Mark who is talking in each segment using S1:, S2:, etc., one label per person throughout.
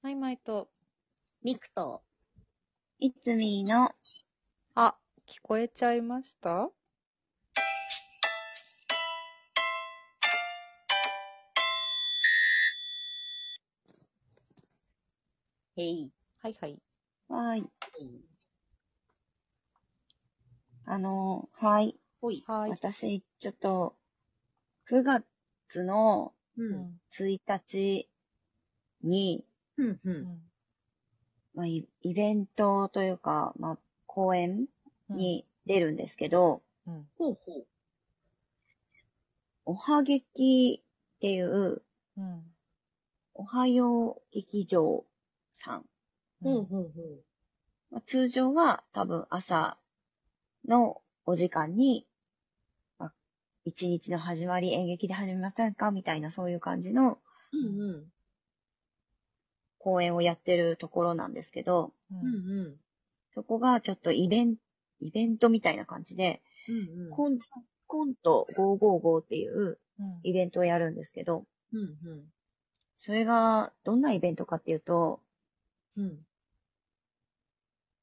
S1: はい、マイト。
S2: ミクと、
S3: いつみーの、
S1: あ、聞こえちゃいました
S2: へい、
S1: はいはい。
S3: はーい。
S2: へい、
S3: あのー、はい。
S2: ほい。
S1: はい。
S3: 私、ちょっと、9月の
S2: う。
S1: うん
S3: 1日に、
S2: うん、うんん。
S3: まあ、イイベントというか、まあ、公演
S1: うん
S3: に出るんですけど、
S1: うん
S2: ほうほう。
S3: おはげきっていう、
S1: うん
S3: おはよう劇場さん。
S2: ほうほうほう。
S3: まあ、通常は多分朝のお時間に、まあ、一日の始まり演劇で始めませんかみたいなそういう感じの
S2: うん、うん。
S3: 公演をやってるところなんですけど、
S1: うん
S2: うん、うん。
S3: そこがちょっとイベント、イベントみたいな感じで、
S2: うん、うん。
S3: コンコント555っていう
S1: うん
S3: イベントをやるんですけど、
S2: うん、うん。
S3: それがどんなイベントかっていうと、
S2: うん。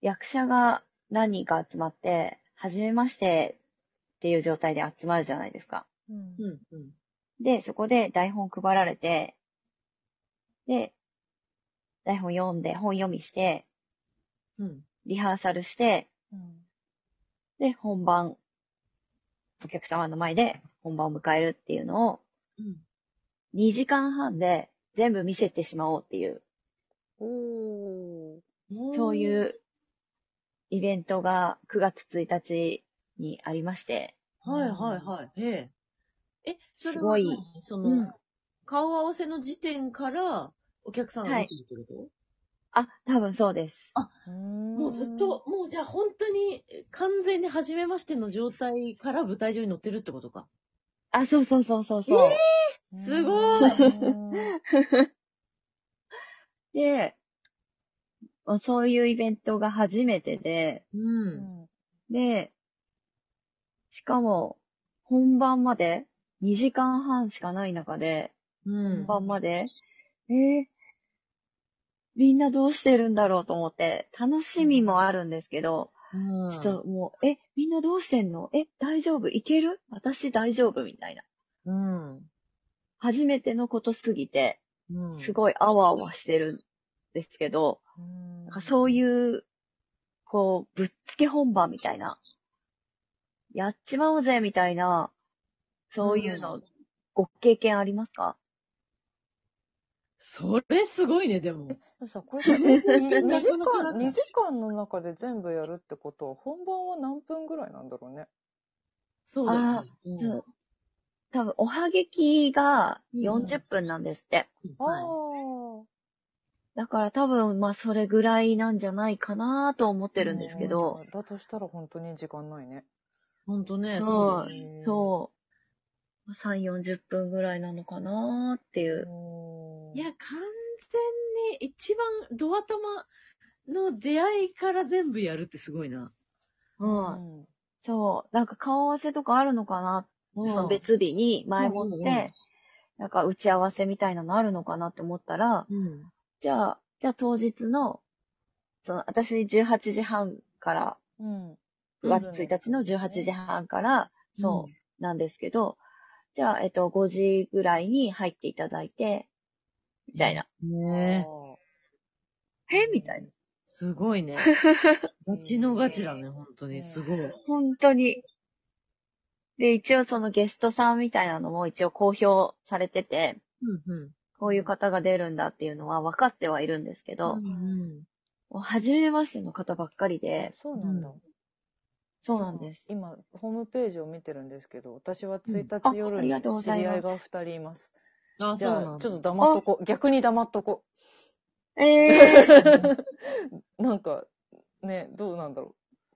S3: 役者が何人か集まって、はじめましてっていう状態で集まるじゃないですか。
S1: うん
S2: うん、うん。
S3: で、そこで台本配られて、で、台本読んで、本読みして、
S2: うん。
S3: リハーサルして、
S1: うん
S3: で、本番、お客様の前で本番を迎えるっていうのを、
S2: うん。
S3: 2時間半で全部見せてしまおうっていう、
S1: おー。
S3: そういうイベントが9月1日にありまして、
S2: おー。はい、はい、はい。ええ。え、それ
S3: すご
S2: はい何、その、
S3: うん
S2: 顔合わせの時点から、お客さんが見てるってこと、
S3: あ、多分そうです。
S1: も
S2: もうずっと、、もうじゃあ本当に、完全に初めましての状態から舞台上に乗ってるってことか。
S3: あ、そうそうそうそうそう。
S2: すごい
S1: うん
S3: で、そういうイベントが初めてで、
S2: う。
S1: うんん
S3: で、しかも、本番まで2時間半しかない中で、
S2: うん。
S3: 本番まで、えーみんなどうしてるんだろうと思って、楽しみもあるんですけど、
S2: うん
S3: ちょっともう、え、みんなどうしてんのえ、大丈夫いける私大丈夫みたいな。
S2: うん。
S3: 初めてのことすぎて、
S2: うん。
S3: すごいあわあわしてるんですけど、
S1: うん
S3: なんかそういう、こう、ぶっつけ本番みたいな、やっちまおうぜみたいな、そういう
S2: う
S3: の、ご経験ありますか
S2: それすごいね、でも。
S1: さ、これ、
S2: なかなか
S1: 2時間、二時間の中で全部やるってことは、本番は何分ぐらいなんだろうね。
S2: そうだよね。うん
S3: そう多分、おはげきが
S2: うん
S3: 40分なんですって。
S1: ああ
S2: は
S3: だから多分、まあ、それぐらいなんじゃないかなと思ってるんですけど、。
S1: うんだとしたら本当に時間ないね。
S2: い。ほんとね、
S3: そう
S2: そうだね。
S3: そう。3、40分ぐらいなのかなっていう。
S1: う
S2: いや、完全に一番ドア玉の出会いから全部やるってすごいな。
S3: うん。そう。なんか顔合わせとかあるのかな
S2: うん
S3: その別日に前もっ
S2: うんうんうん
S3: て、なんか打ち合わせみたいなのあるのかなって思ったら、
S2: うん。
S3: じゃあ、じゃあ当日の、その、私18時半から、
S1: うん。
S3: 9月1日の18時半から、そうう、なんですけど、じゃあ、えっと、5時ぐらいに入っていただいて、みたいな。
S2: ん。ねえ。
S3: えみたいな。
S2: すごい ね。ガチのガチだね、本当に。すごい。
S3: 本当に。で、一応そのゲストさんみたいなのも一応公表されてて、
S2: うんうん。
S3: こういう方が出るんだっていうのは分かってはいるんですけど、
S2: うん
S3: もう初めましての方ばっか
S1: あ
S3: りで、
S1: そうなんだ。
S2: うん
S3: そうなんです。
S1: 今、ホームページを見てるんですけど、私は
S2: うん
S1: 1
S3: あ
S1: 日夜
S3: あり
S1: に
S3: がとうご
S1: 知
S3: ざい
S1: り
S3: ます
S1: 合いが2人います。
S2: うん。あ、
S1: じ
S2: そう
S1: ゃ
S2: な
S1: あ、
S2: ん
S1: ち
S2: だ
S1: ょっと黙っとこう。逆に黙っとこ
S3: え え
S1: う。 なんか、ね、どうなんだろ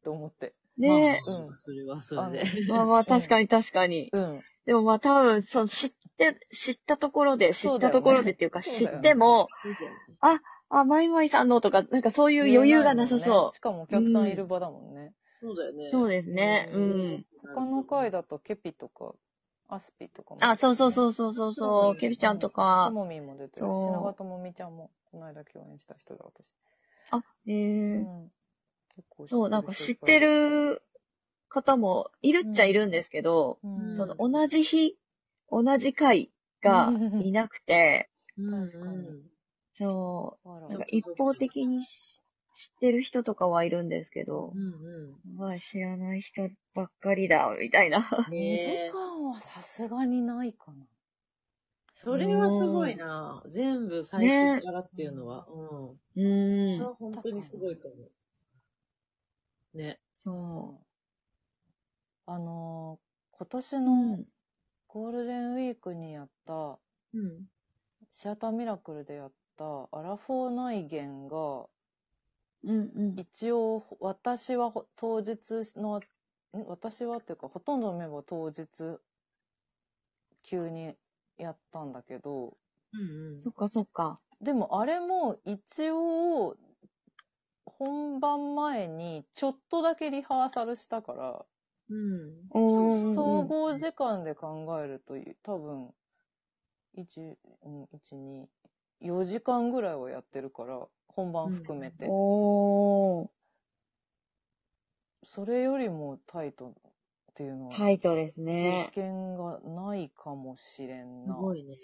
S1: う。と思って。
S3: ー、ね
S2: まあ
S1: う
S2: まあ
S1: ん
S2: それはそれで。
S3: え。 まあまあ確かに確かに。
S1: うん。
S3: でもまあ多分、その知って、知ったところで、知
S1: そう
S3: っ
S1: だよ
S3: た
S1: ね
S3: ところでっていうか
S1: そう
S3: 知
S1: だよね
S3: っても、あ、マイマイさんのとか、なんかそういう余裕がなさ
S1: 言えいもん
S3: そ
S1: ねしかもお客さんいる場だもんね。
S2: そうだよね。
S3: う。そうですね。
S1: う
S3: うんん。
S1: 他の回だとケピとか、アスピとかも。。
S3: あ、そうそうそううそうそうそう、ケビちゃんと
S1: と
S3: か、
S1: もみんも出てるし。
S3: そう
S1: 品川ともみちゃんも、この間共演した人だ、私。
S3: あ、へ
S1: う
S3: え、
S1: ん。結構
S3: そう、なんか知って
S1: 人いっ
S3: る方もいるっちゃいるんですけど、
S1: ぱいいる。
S2: うん
S3: その同じ日、同じ回がいなく て、
S2: うん
S1: 確かに
S3: そう、
S1: あら
S3: なんか
S2: そう
S3: 一方的にし知ってる人とかはいるんですけど
S2: う、ん
S3: うわ、知らない人ばっかりだ、みたいな。
S2: うん。
S1: 2時
S2: ねえ。
S1: 間はさすがにないかな。
S2: それはすごいな。全部最初からっていうのは。うん。
S3: う
S2: それ
S3: ーん。
S2: は本当にすごいと思う。ね。
S3: そ
S1: あのー今年
S3: う。
S1: のゴールデンウィークにやった、
S2: うん。
S1: シアターミラクルでやったアラフォー内言が、
S3: うんうん。
S1: 一応、私はほ当日の、ん私はっていうか、ほとんどのメンバー当日、急にやったんだけど、
S2: うんうん。
S3: そっかそっか。
S1: でもあれも一応、本番前にちょっとだけリハーサルしたから、
S2: うん。
S3: おー。
S1: 総合時間で考えると、多分、1、うん、1、2、4時間ぐらいはやってるから、本番含めて。
S3: おー。
S1: それよりもタイトっていうのは、
S3: タイトです
S1: 経
S3: ね。
S1: 験がないかもしれん
S2: す
S1: な。
S2: ごいね。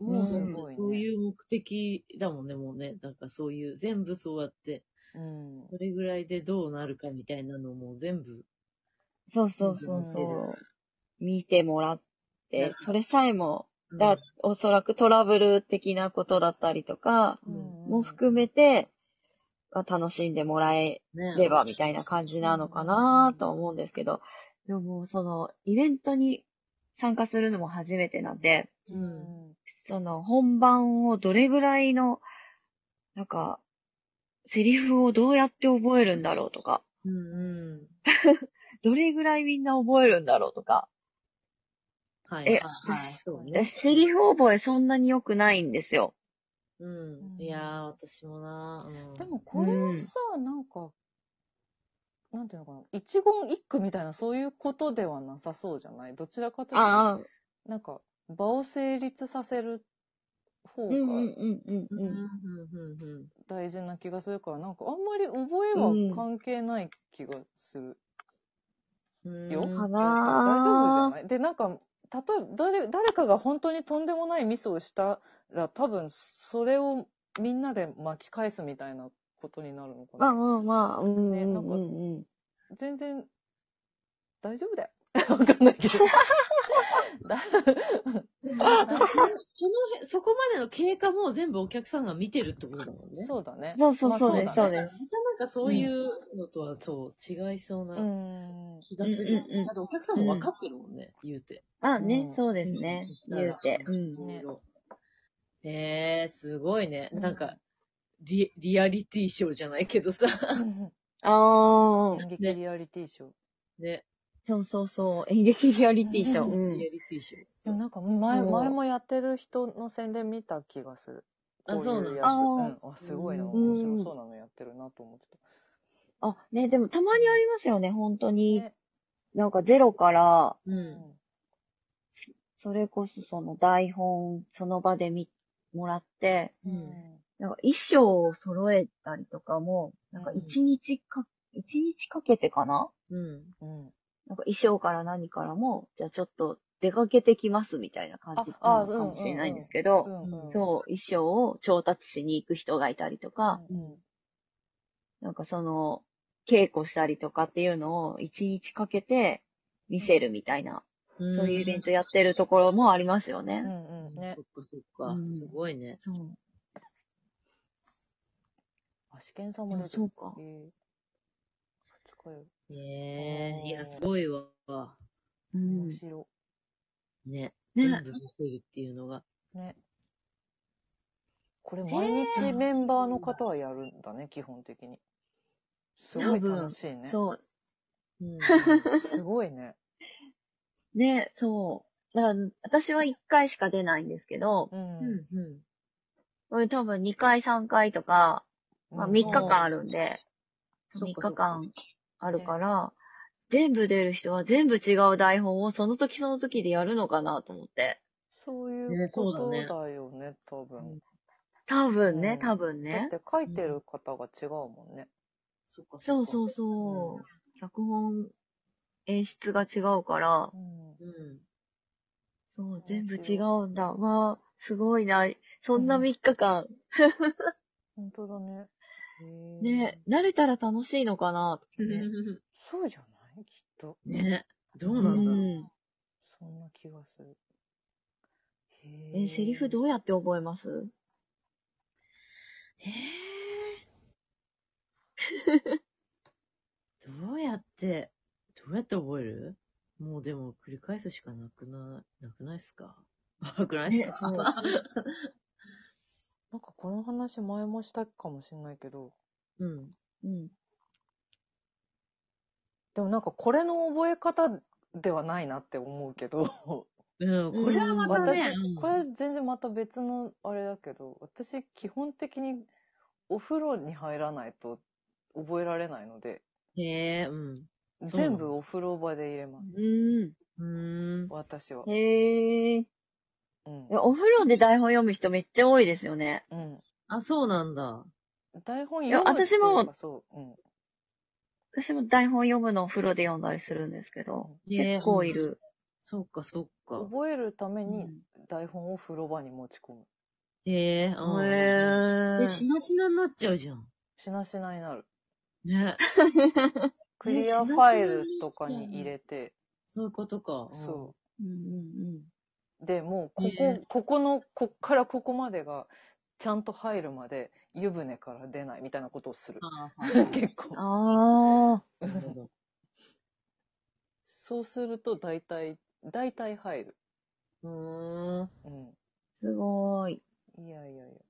S1: うん
S2: もう、
S3: す
S1: ごいね
S2: そういう目的だもんね、もうね。なんかそういう、全部そうやって、
S1: うん。
S2: それぐらいでどうなるかみたいなのも全部。
S3: そうそうそうそう。見てもらっ
S2: うん
S3: て、それさえも、
S2: うん
S3: だ、おそらくトラブル的なことだったりとか、も含めて、まあ楽しんでもらえ
S2: ね
S3: ればみたいな感じなのかなと思うんですけど、でももうそのイベントに参加するのも初めてなんで、
S1: う
S2: うんん。
S3: その本番をどれぐらいの、なんか、セリフをどうやって覚えるんだろうとか、
S2: うんうん。
S3: どれぐらいみんな覚えるんだろうとか、
S2: はい。
S3: え
S2: はいはい、そう
S1: え
S2: ね。
S3: セリフ覚えそんなに良くないんですよ。
S2: うん。いやー、私もなうん。
S1: でもこれはさ、なんか、なんていうのかな、一言一句みたいなそういうことではなさそうじゃないどちらかというと、
S3: ああ、
S1: なんか、場を成立させる方
S3: うんうん
S1: が
S3: うん
S2: う
S3: うん
S2: ん、
S3: う
S2: うん
S3: ん。、
S2: うん、うん。
S1: 大事な気がするから、なんかあんまり覚えは関係ない気がする。
S2: うん
S1: よ。
S3: か
S1: 大丈夫じゃ
S3: な
S1: ないで、なんか、例えば誰、誰かが本当にとんでもないミスをしたら、多分、それをみんなで巻き返すみたいなことになるのか
S3: ま
S1: な。
S3: あまあまあ、うんう
S1: ね
S3: ん
S1: な
S3: うん
S1: か
S3: んうん。
S1: 全然、大丈夫だよ。 わかんない けど。だ
S2: でもなんかこのこの辺、そこまでの経過も全部お客さんが見てるってことだもんね。
S1: そうだね。
S3: そうそうそうで
S1: まあ
S3: す、そう
S1: だね
S3: です。
S2: なんかそういうのとはそう、違いそう
S1: う
S2: な
S1: ーん。
S2: 気がする
S3: うんうんう。ん
S2: だってお客さんも分かってるもんね、言うて。
S3: まあね、
S1: うん
S3: そうですね。
S2: うん
S3: 言うて。うん
S1: んね
S2: ねえ、すごいね。
S1: うん
S2: なんか、リ、リアリティショーじゃないけどさ。
S3: ああ、
S1: 演劇リアリティショー。
S2: ね。
S3: そうそうそう。演劇リアリティショー。
S1: う
S2: リ
S3: う
S2: ア
S3: ん。
S2: リティショーです
S1: でも
S2: よ。
S1: なんか前、
S3: そう
S1: 前もやってる人の宣伝見た気がする。
S2: あ
S1: こい
S2: そうなの
S1: やつうん。あ、すごいな。
S2: うん
S1: 面白そうなのやってるなと思って
S3: あ、ね、でもたまにありますよね、本当に。
S1: た。ね
S3: なんかゼロから、
S2: う。
S1: うん
S3: それこそその台本、その場で見、もらって、
S2: うん
S1: ん。
S3: なんか衣装を揃えたりとかも、なんか一日か、一日かけてかな
S2: うん。
S1: うん。
S3: なんか衣装から何からも、じゃあちょっと出かけてきますみたいな感じ
S1: ああ
S3: なのかもしれないんですけ
S1: う
S3: ど、
S1: んうん
S3: そう、衣装を調達しに行く人がいたりとか、
S1: うん
S3: なんかその、稽古したりとかっていうのを一日かけて見せるみたいな、そういうイベントやってるところもありますよ
S1: う
S3: ね。
S1: んうん
S2: ね。
S1: ね
S2: そっ。かそっか。
S3: うん
S2: すごいね。
S3: そう。
S1: あ、試験さん
S3: で
S1: も
S3: も
S1: 出て
S3: そう
S1: る。
S3: か
S1: え。ー二日酔い
S2: ね
S1: あー
S2: え、いや、すごいわ。
S3: うん
S1: 面。白
S2: ね。
S3: ね
S2: 全部見せるっていうのが。
S1: い。ね。これ、毎日メンバーの方はやるんだね、基本的に。すごい楽しいね。
S3: そう。
S2: うん。
S1: すごいね。
S3: ね、そう。だから、私は1回しか出ないんですけど、
S1: うん。
S2: うん。うん
S3: これ多分2回、3回とか、まあ3日間あ
S1: る。
S3: るんで、
S2: そ
S3: 3
S2: っかそ
S3: 日
S2: っか
S3: 間あるから、全部出る人は全部違う台本をその時その時でやるのかなと思って。
S1: そうい
S2: ね
S1: うこ
S2: そ
S1: と
S2: うだね
S1: だよね、多分。
S3: 多分
S1: う
S3: ね
S1: ん、
S3: 多分
S1: だっ
S3: ね。
S1: て書いてる方が違うもんね。
S2: そっか
S3: そう
S2: う。
S3: そう
S1: う
S3: そ
S1: ん
S3: う。脚本、演出が違うから、
S1: うん。
S2: うん。
S3: そ
S1: そ
S3: う、
S1: う
S3: 全
S1: です
S3: 部
S1: よ
S3: 違うんだ。わあ、すごいな。そんな
S1: うん
S3: 3日間。
S1: 本当だね。
S3: ね、慣れたら楽しいのかな、ね。
S1: そうじゃないきっと。
S2: ね。ど
S3: う
S2: うなんだろう。
S3: ん。
S1: そんな気がする。へ
S3: え、セリフどうやって覚えます
S2: ええどうやって、どうやって覚えるもうでも繰り返すしかなくない、なくないっすかなくないっすか、
S3: そう
S1: なんかこの話前もしたかもしれないけど、
S2: うん。
S3: うん。
S1: でもなんかこれの覚え方ではないなって思うけど、
S2: うん、これはまた
S1: 私
S2: ね、、
S1: これ全然また別のあれだけど、私基本的にお風呂に入らないと覚えられないので、
S2: れ、へえ、うん。そうなの
S1: 全部お風呂場で入れます。
S3: う
S2: うーん。
S1: 私は
S3: ん。。へえ。
S1: うん。
S3: お風呂で台本読む人めっちゃ多いですよね。
S1: うん。
S2: あ、そうなんだ。
S1: 台本
S3: いや
S1: 読むっていうか
S3: 私も
S1: そう。うん。
S3: 私も台本読むのお風呂で読んだりするんですけど、
S2: ね
S3: 結構いる。
S2: そうか、そうか。
S1: 覚えるため
S3: うん
S1: に台本を風呂場に持ち込む。
S2: へえ、うん。
S3: へ
S2: で、
S3: え。
S2: しなしなになっちゃうじゃん。
S1: しなしなになる。
S2: ね。
S1: クリアファイルとかに入れて、
S2: そういうことか。
S1: そ
S3: うんうん
S1: う。で、もうここ、
S2: ね
S1: ここの、こっからここまでが、ちゃんと入るまで湯船から出ないみたいなことをする
S2: う。ん。あ
S1: 結
S3: うん。
S1: 構。
S3: ああ。
S2: あ、なるほ ど。
S1: そうすると大体、大体入る。
S2: うーん。
S1: うん。
S3: すごい。
S1: いやいやいや。